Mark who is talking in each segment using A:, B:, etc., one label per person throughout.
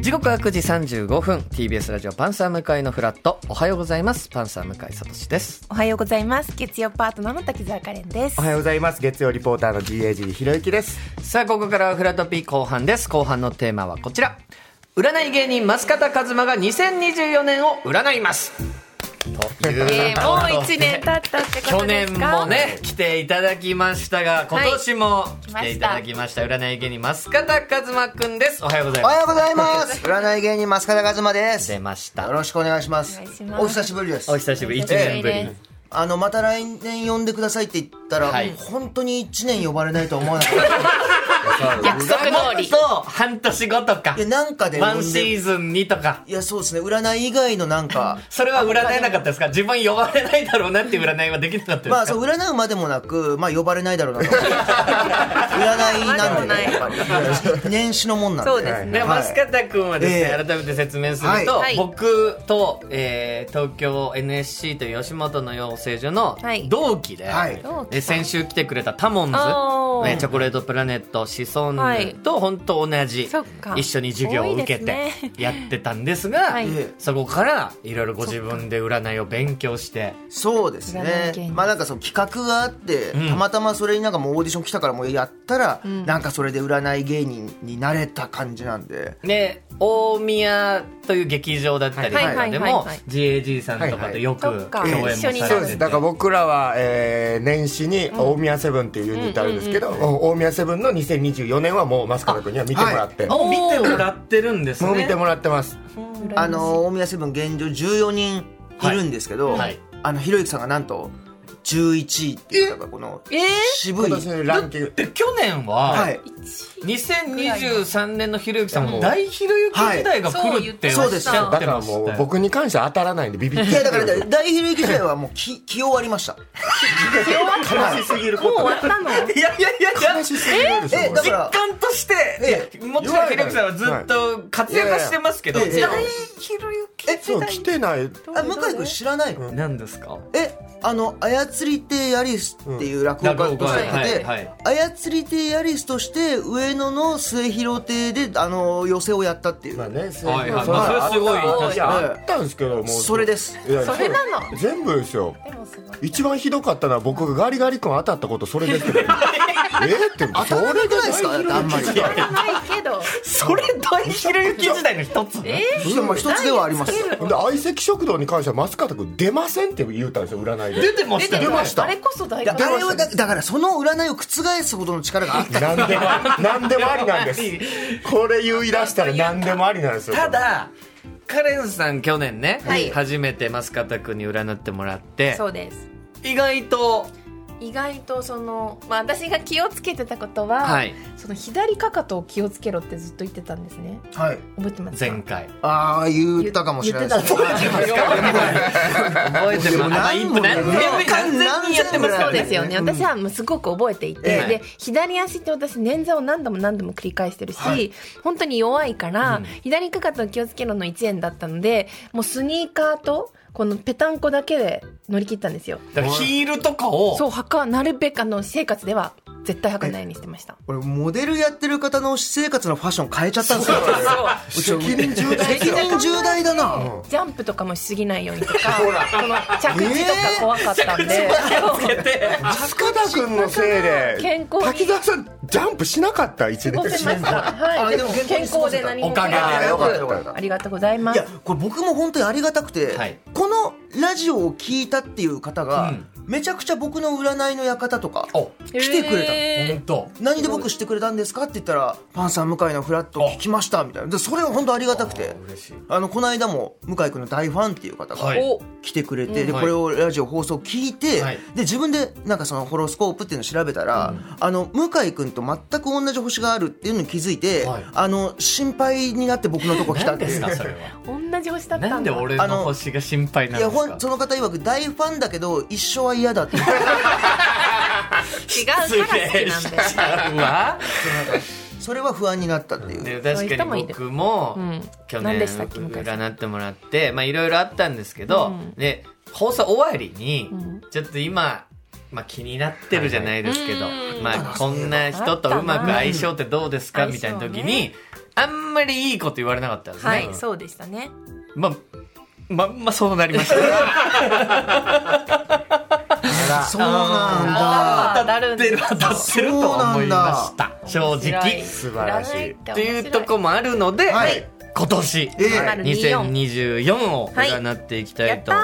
A: 時刻は9時35分 TBS ラジオパンサー向井のフラットおはようございますパンサー向井聡です
B: おはようございます月曜パートナーの滝沢カレンです
C: おはようございます月曜リポーターの GAG ひろゆきです
A: さあここからはフラット P 後半です後半のテーマはこちら占い芸人増方一馬が2024年を占いますということ
B: え
A: で
B: ーもう一年経ったってこ
A: 去
B: とで
A: 年
B: すか
A: もね来ていただきましたが今年も来ていただきました,、占い芸人増方一馬くんですおはようござい
C: お
A: ます
C: はようございます占い芸人増方一馬です
A: 出
C: よ
A: ました
C: ろしくお願いします
B: お願いします
C: お久しぶりです
A: お久しぶり1
B: 久しぶ
A: 年
B: り
A: ぶ
B: です
A: り
C: あのまた来年呼んでくださいって言ったら、
A: はい
C: 本当に1年呼ばれないと思 わなかった
B: 約束通り
A: もっと半年後とか
C: いやなんかで
A: ワ
C: 呼
A: ン
C: ん
A: シ
C: でい
A: ーズンにとか
C: やそうですね占い以外のなんか
A: それは占えなかったですか自分呼ばれないだろうなっていう占いはできなかったですか、
C: まあそう占うまでもなくまあ呼ばれないだろう なと占いなんでねやっぱり年始のもんなんで
B: そうですね
A: で、
C: はい
A: マスカタ君はですね、
C: ええ
A: 改めて説明すると、
B: はい
A: 僕と、えー東京 NSC という吉本の養成所の
B: はい
A: 同期で、
C: はい
B: 同期
A: で先週来てくれたタモンズ、
B: おー
A: ね、チョコレートプラネットシソンヌ
B: はい
A: と本当同じ、
B: そっか
A: 一緒に授業を受け
B: 多い
A: て
B: ですね
A: やってたんですが、
B: はい
A: そこからいろいろご自分で占いを勉強して
C: そうです
B: 占い系
C: ね
B: に
C: まあなんかその企画があって、たまたまそれになんかもうオーディション来たからもうやったら、なんかそれで占い芸人になれた感じなんで
A: で大宮という劇場だったりと
B: はい
A: かで
B: はい
A: も
B: はいはい
A: GAG さんとかとよく
B: はいはいそっか
A: 共演もされて
B: 一緒に
D: そうです
A: て
D: だから僕らは、えー年始に大宮セブンっていうユニットあるんですけど、大宮セブンの2024年はもうマスカラ君には見てもらって、
A: もう見てもらってるんですね
D: もう見てもらってます
C: あの大宮セブン現状14人いるんですけど、
A: はいはい
C: あのひろゆきさんがなんと11位っていうかこの
B: えー
C: 渋
D: 今
C: い、
D: 年のランキング
A: で去年は、
C: はい
A: 2023年のひろゆきさんも大ひろゆき時代が来るってお
C: はい
A: っしゃっ
D: だ
A: て
D: から
A: まし
D: も
A: た
D: う
A: よ
D: 僕に関しては当たらないんでビビって
C: いやだから大ひろゆき時代はもうき 気終わりました
D: 悲しすぎること
B: 終わったの
A: いやいやいやいや
D: 悲しすぎるでしょ
C: え
D: こ
C: だ
D: れ
C: から
A: 実感として
C: え
A: いやもちろんひろゆきさんはずっと活躍はしてますけど
C: ええ
A: 大
C: ええ
A: ひろゆき
C: え
D: そう来てない
C: あ向井君知らないの、
A: なんですか
C: えあの「操り亭ヤリス」っていう落語家とされ
A: うん落
C: て
A: 語家はい
C: て操り亭ヤリスとして上野の末広亭であの寄席をやったっていう、
D: まあね
A: はいはい
D: そう
A: まあそれすごい
D: あ
A: 確か
C: に
D: あったんですけどもう
C: それです
D: いや
B: それなの
D: 全部ですよ
B: でもすごい
D: 一番ひどかったのは僕がガリガリ君当たったことそれですけどえーって
C: 当たらなくないですかだってあんまり
D: それが大
B: じゃないけど
A: それ大ひろゆき時代の一つ
C: そうまあ一つではあります
D: で相席食堂に関しては増方君出ませんって言うたんですよ占いで
A: 出てましたよ
D: 出ました
B: あれこそ大
C: いや
B: 学
C: あれはだだからその占いを覆すほどの力があった
D: 何でもあり何でもありなん ですこれ言い出したら何でもありなんですよ
A: ただカレンさん去年ね、
B: はい
A: 初めて増方君に占ってもらって
B: そうです
A: 意外と
B: 意外とその、まあ、私が気をつけてたことは、
A: はい
B: その左かかとを気をつけろってずっと言ってたんですね
C: はい
B: 覚えてますか
A: 前 回
C: ああ言ったかもしれないです
B: 言ってた
A: 覚えてますあ
C: 何
A: 一
C: も
A: 歩何全部完全にやってますか
B: そ
A: ら
B: うです
A: ね
B: よね、私はもうすごく覚えていて、
A: ええ
B: で左足って私捻挫を何度も何度も繰り返してるし、本当に弱いから、左かかとを気をつけろの1円だったのでもうスニーカーとこのぺたんこだけで乗り切ったんですよ
A: だからヒールとかを
B: そう履かなるべくあの私生活では絶対履かないようにしてました
C: 俺モデルやってる方の私生活のファッション変えちゃったんですよ
D: 責任重大
C: 責任重大だな、
B: ジャンプとかもしすぎないようにとか、 この着地とか怖か ったんで、
D: 増方君のせいで
B: 健康に
D: 滝沢さんジャンプしなかった一
B: 過ごせまし
D: 年
B: た。はい、
C: あ
B: で
C: で
B: も
C: も
B: 健康で何も
A: おかげで
B: なく
C: よかったよかった
B: ありがとうございま
C: いや
B: す。
C: これ僕も本当にありがたくて、
A: はい
C: このラジオを聞いたっていう方が、めちゃくちゃ僕の占いの館とか
A: お
C: 来てくれたの、
B: え
A: 本当
C: 何で僕知ってくれたんですかって言ったら「パンサー向井のフラット聞きました」みたいなでそれは本当ありがたくて
A: 嬉しい
C: あのこの間も向井君の大ファンっていう方
A: は
C: が
A: い
B: お
C: 来てくれて、で
A: はい
C: これをラジオ放送聞いて、
A: はい
C: で自分でなんかそのホロスコープっていうのを調べたら、あの向井君と全く同じ星があるっていうのに気づいて、
A: はい
C: あの心配になって僕のとこ来た
A: 何
C: んで
A: ですす
C: よ
A: かそれは
B: 同じ星だったんだ。
A: なんで俺の星が心配ない
C: や
A: ん
C: ほん
A: です
C: そ
A: か
C: の方曰く大ファンだけど一生は嫌だって
B: 違うから 好きなんだよ。
A: うわ
C: それは不安になったっていう、
A: で
B: そうい
A: 確
B: う
A: か
B: 人もい
A: に
B: る
A: 僕も
B: うん
A: 去年
B: 何でしたっけ向井さん
A: 占ってもらってまあいろいろあったんですけど、
B: うん
A: で放送終わりに
B: ん
A: ちょっと今、まあ、気になってるじゃないですけど、
B: はいはいうん
A: まあ、こんな人とうまく相性ってどうですか
B: うん
A: みたいな時
B: 相性
A: にあんまりいいこと言われなかったですね。
B: はい、そうでしたね。
A: まあ、ま、まあ、そうなりました。
C: そうなんだ
B: あーだるんです
A: 当たってると思いました。正
B: 面白
A: 直。
D: 素晴らしい
B: 占
A: と
B: って面白
A: いうとこもあるので、
C: はい
A: 今年。
C: え
B: は
C: え
B: い
A: 2024を占っていきたいと思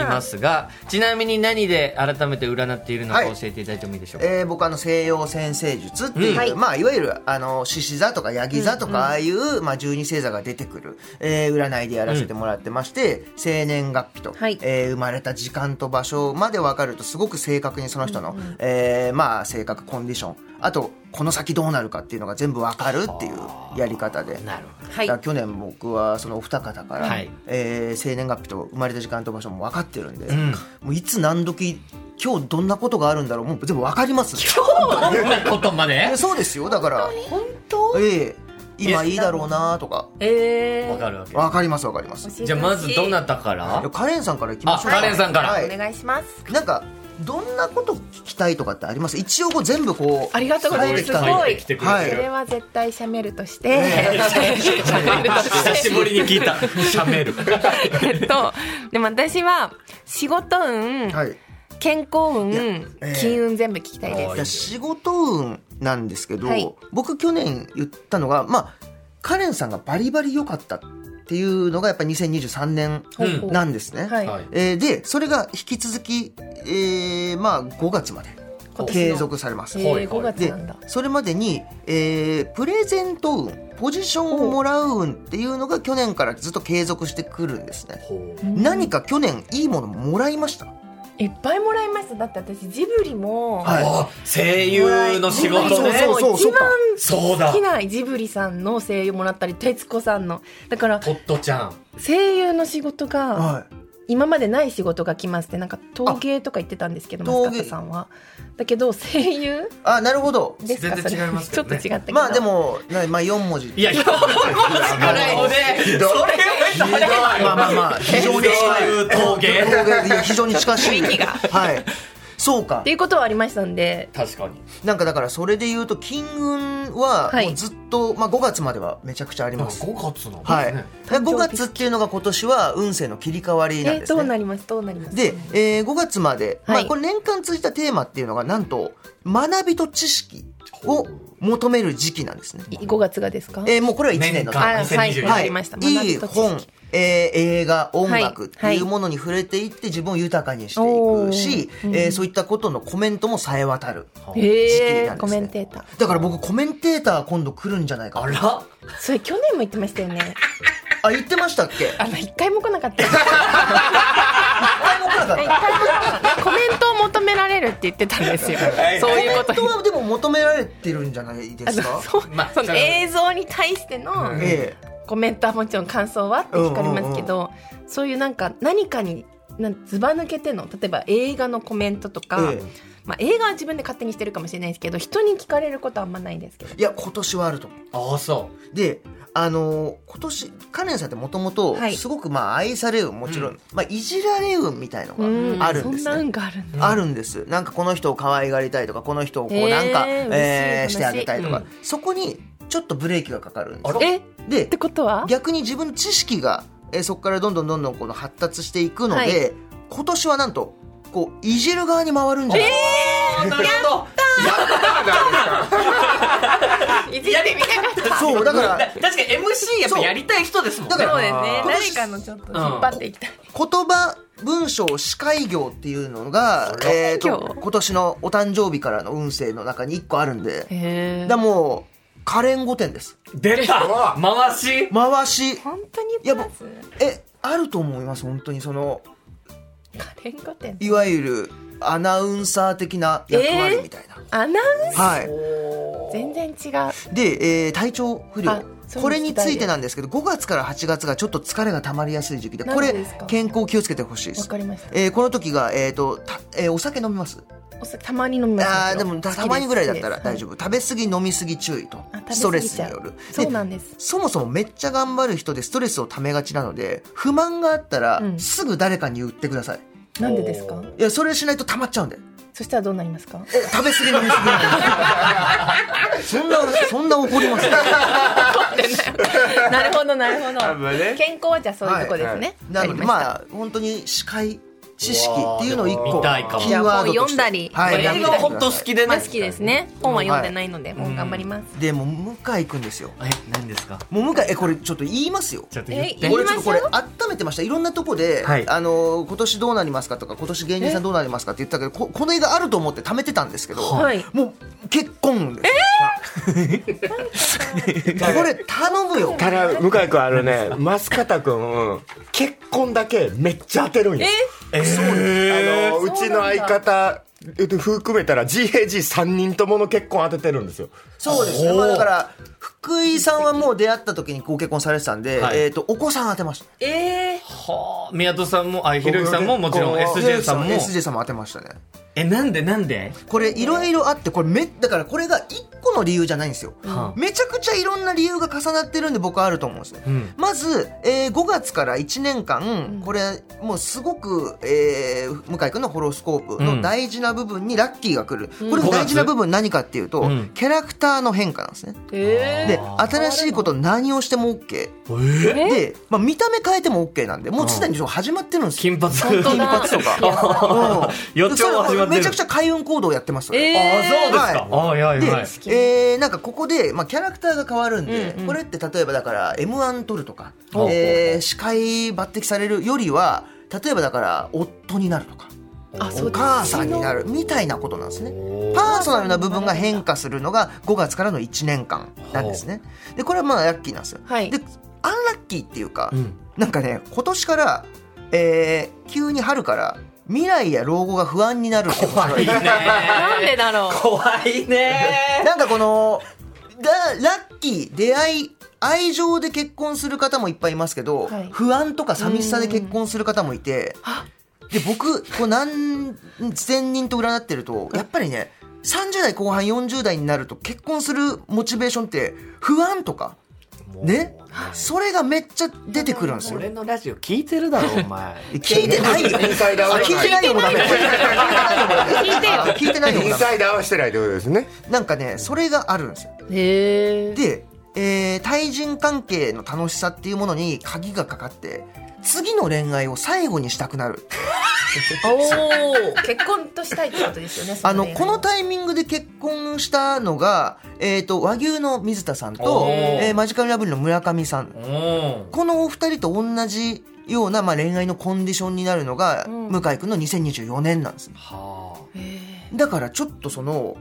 A: いますが、ちなみに何で改めて占っているのか
C: はい
A: 教えていただいてもいいでしょうか、
C: えー僕あの西洋先生術っていう、
A: うん
B: はい
C: まあ、いわゆるあの獅子座とかヤギ座とかああいう、まあ、十二星座が出てくる、えー占いでやらせてもらってまして生、年月日と、
B: はい
C: えー生まれた時間と場所まで分かるとすごく正確にその人の、えーまあ、性格コンディションあとこの先どうなるかっていうのが全部分かるっていうやり方で。
A: なるほど
B: はい
C: だから去年僕はそのお二方から、
A: はい
C: えー生年月日と生まれた時間と場所も分かってるんで、
A: ん
C: もういつ何時今日どんなことがあるんだろうもう全部分かります
A: こんな ことまで
C: えそうですよだから
B: 本当？
C: ええ今
A: いや
C: いいだろうなとか
B: ええ。
A: わかるわけ
C: 分かります分かります
A: じゃあまずどな
B: た
A: たから
C: カレンさんからいきましょう
A: あカレンさんから
C: は
B: お
C: い、
B: 願いします。
C: なんかどんなこと聞きたいとかってあります一応こう全部こう
B: ありがとうございます
C: 書てきたんです
B: ごい
A: 来てくれてる、
C: は
B: そ
C: い
B: れは絶対シャメるとして、
A: 久しぶりに聞いたしゃべる
B: えっと、でも私は仕事運、
C: はい
B: 健康運、
C: ええ
B: 金運全部聞きたいです。
A: はい
C: じゃあ仕事運なんですけど、
B: はい
C: 僕去年言ったのがまあカレンさんがバリバリ良かったっていうのがやっぱり2023年
A: うん
B: ほうほう
C: なんですね、
B: はい
A: はい
C: えーでそれが引き続き、えーまあ、5月まで
B: 今年の
C: 継続されます
B: え
A: はいはい
B: ー、5月
C: で
B: なんだ。
C: それまでに、えープレゼント運ポジションをもらう運っていうのが去年からずっと継続してくるんですね何か去年いいものもらいました
B: いっぱいもらいました。だって私ジブリも、
C: はい
A: あ声優の仕
B: ジ
A: 事
B: ブ
A: ね
B: リも
C: そうそうそう
B: 一番
A: そうだ
B: 好きなジブリさんの声優もらったり、徹子さんの。だから
A: トットちゃん
B: 声優の仕事が
C: はい
B: 今までない仕事が来ますってなんか陶芸とか言ってたんですけど
C: あ陶
B: 松
C: 芸
B: 方さんはだけど声優
C: あなるほど
B: ですか
A: 全然
B: それ
A: 違います
B: ち
A: け
B: ょっ
A: ど
B: と違
A: ね
B: ったけど
C: まあでも、なまあ、4文字
A: い や、いや、マジか
B: い
A: よね。それは
C: まあまあ まあ非常に近い
A: いう陶芸。
C: 陶芸いや非常に近しい
B: 雰囲気が
C: はいそうか
B: っていうことはありましたんで
A: 確かに。
C: なんかだからそれで言うと金運は
B: はい
C: もうずっと、まあ、5月まではめちゃくちゃあります、
A: 月の
C: はい、で5月っていうのが今年は運勢の切り替わり
B: え
C: なんで
B: ー
C: す
B: どう
C: ね、
B: なりますどうなります
C: で、えー5月まで、
B: はい
C: まあ、これ年間続いたテーマっていうのがなんと学びと知識を求める時期なんですね、
B: い5月がですか
C: えーもうこれは1年の
A: 年
C: テー
A: 間
B: はい
C: マ
B: はい
A: 2024
B: わかりました学
C: いい
B: びと知識
C: 本、えー映画音楽って
B: はい
C: い
B: は
C: う
B: い
C: ものに触れていって自分を豊かにしてい
B: お
C: く
B: ー
C: し、えーそういったことのコメントもさえ渡る
B: え
C: 時期
B: ー
C: なんですね
B: コメンテーター
C: だから僕コメンテーター今度来るんじゃないか
A: あ
C: あ
A: ら
B: それ去年も言ってましたよね
C: あ言ってましたっ け
B: あの一回も来なかった一回も来な
C: あ僕らだった
B: かったコメントを求められるって言ってたんですよ
A: はい
B: そういうこ
C: コメント
B: とに
C: はでも求められてるんじゃないで
B: あ
C: す
B: の
C: か
B: そう
A: まあ
B: その映像に対しての、
A: うん
C: え
B: コメントはもちろん感想はって聞かれますけど、そういうなんか何かになんずば抜けての例えば映画のコメントとか、
C: ええ
B: まあ、映画は自分で勝手にしてるかもしれないですけど人に聞かれることはあんまないですけど
C: えいや今年はあると思う
A: ああ、そ
C: であのー今年カレンさんってもともと
B: はい
C: すごくまあ愛され運もちろん、まあ、いじられ運みたいの
B: うん
C: があるんです
B: そんな
C: ね
B: 運があるんだ
C: あるんですなんかこの人を可愛がりたいとかこの人をこ
B: へ
C: う
B: ー
C: なんか、
B: 嬉しい
C: えー
B: 話
C: してあげたいとか、
A: うん
C: そこにちょっとブレーキがかかるんで
A: あ
C: す
A: ら
B: えっ
C: で
B: てことは
C: 逆に自分の知識が、えーそこからどんどんどんどんこの発達していくので、
B: はい
C: 今年はなんとこういじる側に回るんじゃない、
A: う。なるほ
B: いじってみたかった
C: そうだから
A: 確かに MC やっぱやりたい人ですもんね。
C: そうだか
B: そうです
C: ら
B: ね
C: 今
B: 誰
C: 年
B: かのちょっと引っ張っていきたい、
C: 言葉文章司会業っていうのが、えー、と今年のお誕生日からの運勢の中に1個あるんで、
B: へ
C: だからもうカレン5点です
A: 出た回し
C: 回し
B: 本当に
C: いや
B: プラス
C: えあると思います本当にその
B: カレン御殿
C: いわゆるアナウンサー的な役割みたいな、
B: アナウンス
C: はい
B: 全然違う
C: で、えー体調不
B: あ
C: 良
B: そう
C: これについてなんですけど5月から8月がちょっと疲れがたまりやすい時期でこ
B: なんで
C: れ
B: ですか
C: 健康気をつけてほしいで
B: わ
C: す
B: かりました
C: えーこの時が、えーとたえーお酒飲みます
B: お酒たまに飲みます
C: あーでもたたまにぐらいだったら大
B: 夫
C: 丈夫食べ過ぎ飲み過ぎ注意と
B: あ食べ過ぎちゃう
C: ストレスによる
B: そうなんです
C: そもそもめっちゃ頑張る人でストレスをためがちなので不満があったら
B: うん
C: すぐ誰かに言ってください、
B: なんでですか
C: いやそれしないと溜まっちゃうんで
B: そしたらどうなります か
C: え食べ過ぎ飲み過ぎそんなそんな怒ります
B: なるほどなるほど、
D: 多分ね
B: 健康はじゃあそういうとこですね、
C: なの
B: わか
C: で
B: りました
C: まあ本当に司会知識っていうのを一
A: うわーでも
C: 個
A: 見たいかも
C: キーワード
B: じゃあ本
C: として
B: 読んだり
C: はい、
B: 映画
A: 映画は本当好きで
B: まあ
A: ね
B: 好きですね本は読んでないので本頑張ります、
C: でも向井くんですよ
A: え何ですか
C: もう向井えこれちょっと言いますよ
A: ちょっと言っ
B: え
A: て
B: 言い
C: 俺
B: ま
C: ちょっ
B: し
C: と
B: ょ
C: これ
B: う
C: 温めてましたいろんなとこで、
D: はい
C: あの今年どうなりますかとか今年芸人さんどうなりますかって言ったけどここの映画あると思って貯めてたんですけど、
B: はい
C: もう結婚です これ頼むよ
D: ただ向井君あのね増方君結婚だけめっちゃ当てるんよ
A: え
D: あの
B: そう
D: う
B: なんだ
D: ちの相方含めたら GAG3 人ともの結婚当ててるんですよ
C: そうですね、まあ、だから福井さんはもう出会った時にご結婚されてたんで、
A: はい
C: えー、とお子さん当てました
B: ええ
A: はあ宮戸さんもあひろゆきさんももちろん
D: 僕の結
A: SJ さんも
C: SJ さんも当てましたね
A: えなんでなんで
C: これいろいろあってこれめだからこれが一個の理由じゃないんですよ、
A: はあ
C: めちゃくちゃいろんな理由が重なってるんで僕はあると思うんですね、
A: うん
C: まず、えー5月から1年間これもうすごく、えー向井君のホロスコープの大事な部分にラッキーが来る、これ大事な部分何かっていうと、
A: うん
C: キャラクターの変化なんですね
B: え
C: で新しいこと何をしても OK
A: え
B: え
C: で、まあ、見た目変えても OK なんでもうすでに始まってるんですよ
A: 金髪
B: 本当
C: 金
B: だ
C: 髪とか
A: あ
C: うん
A: 予兆は始まってる
C: めちゃくちゃ開運行動やってますよ
B: えー
A: あそうですかあいやい
C: で、
A: や
C: えーなんかここで、まあ、キャラクターが変わるんで、
B: うんうん
C: これって例えばだから m 1取るとか、
A: ほうほう
C: えー司会抜擢されるよりは例えばだから夫になるとか
B: あそう
C: お母さんになるみたいなことなんですね
A: おー
C: パーソナルな部分が変化するのが5月からの1年間なんですねでこれはまあラッキーなんですよ、
B: はい
C: でアンラッキーっていうか、
A: うん
C: なんかね今年から、えー急に春から未来や老後が不安に なるってこと
A: 怖いね
B: なんでだろう
A: 怖いね
C: なんかこのだラッキー出会い愛情で結婚する方もいっぱいいますけど、
B: はい
C: 不安とか寂しさで結婚する方もいてで僕こう何千人と占ってるとやっぱりね30代後半40代になると結婚するモチベーションって不安とかねそれがめっちゃ出てくるんですよ。
A: 俺のラジオ聞いてるだろお前
C: 聞いてないよ。
D: インサイダーは
C: 聞いてないよもダメ。
B: 聞いてよ
C: 聞いてないよも
D: イン
C: ダメ
D: サイダーはしてないってことですね
C: なんかね、それがあるんですよ。
B: へえ
C: で、えー対人関係の楽しさっていうものに鍵がかかって次の恋愛を最後にしたくなる
B: おお結婚としたいってことですよね
C: あのこのタイミングで結婚したのが、えー、と和牛の水田さんと
A: お、ー
C: えーマジカルラブリーの村上さ
A: お
C: ん
A: ー
C: このお二人と同じような、まあ、恋愛のコンディションになるのが、
B: うん
C: 向井君の2024年なんですね
A: はあ
C: だからちょっとその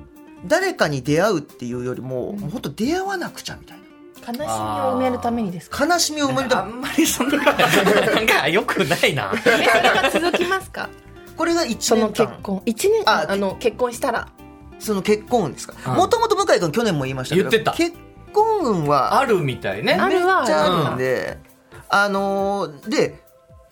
C: 誰かに出会うっていうよりも、もうほんと出会わなくちゃみたいな
B: 悲しみを埋めるために ですか
C: 悲しみを生まれた
A: あんまりそんななんか良くないな
B: えそれが続きますか
C: これが1
B: その
C: 年
B: 結
C: 間
B: 婚一年
C: あ
B: あの結婚したら
C: その結婚運です
A: う
C: か
A: ん
C: もともと向井君去年も言いましたけど
A: 言ってた
C: 結婚運は
A: あるみたいね
B: あるは
C: めっちゃあ
B: あ
C: るん
B: る
C: で、あのーで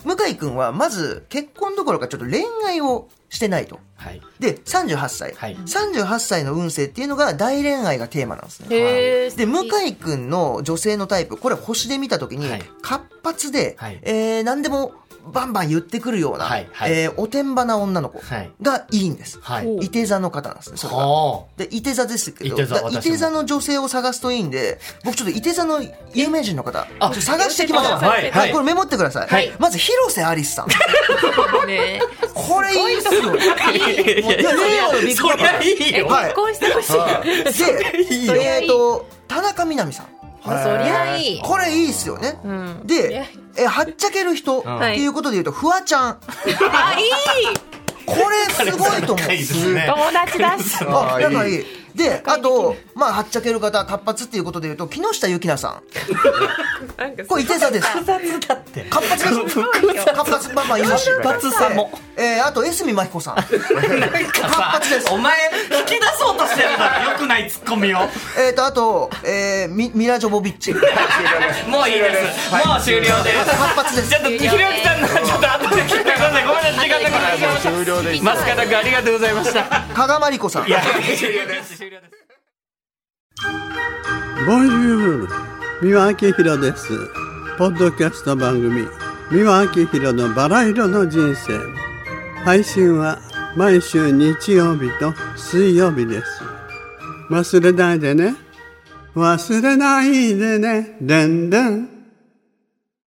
C: 向井君はまず結婚どころかちょっと恋愛をしてないと
A: はい
C: で38歳、
A: はい
C: 38歳の運勢っていうのが大恋愛がテーマなんですね
B: へえ
C: で向井君の女性のタイプこれ星で見た時に
A: はい
C: 活発で、
A: はい
C: えー何でもバンバン言ってくるような、
A: はいはい
C: えーおてんばな女の子
A: はい
C: がいいんです、
A: はい
B: お
C: いて座の方なんですねそれが
A: は
C: で、いて座ですけど、
A: いて座
C: だ
A: 私も
C: いて座の女性を探すといいんで、僕ちょっといて座の有名人の方、ちょっと探してきました。
A: あはいはい
C: これメモってください。
A: はい
C: まず、広瀬アリ スさん。
B: ね
C: これいいっすよ。
A: いやいや
C: いやいやいや
A: そりゃいい
B: え
A: よ
C: はい
B: 結婚してほしい
C: で、
B: そりゃ
C: え
B: いい
C: っと、田中みな実さん。
B: まあそりゃいい
C: これいいっすよね。
B: ん
C: で、え、はっちゃける人、
A: ん
C: っていうことで言うと、フワちゃん。
B: あいい
C: これすごいと思う。
A: いですね
B: 友達だし
C: あ、
D: いい
C: 仲いい。で、あと、まあ、はっちゃける方、活発っていうことで言うと、木下ゆきなさ
B: なんか
C: ん。これ、いて座です。
A: 複雑だって
C: 活発です活発バンバン言うし
A: 活発さも
C: えーあと江角真紀 子さん
A: 活
C: 発です
A: お前引き出そうとしてるからよくないツッコミを
C: えーとあと、えー、ミミラ・ジョボ ビッチ活
A: もういいですもう終了です
C: 発です
A: ちょっとひろゆきさんのちょっと後で聞いてくださいごめんなさい時間なくなっちゃいました
D: 終了です
A: マスカタ君ありがとうございました
C: 加賀まりこさん
A: 終了です終了です
E: ボンジュール三輪明宏ですポッドキャスト番組三輪明宏のバラ色の人生配信は毎週日曜日と水曜日です忘れないでね忘れないでねでんでん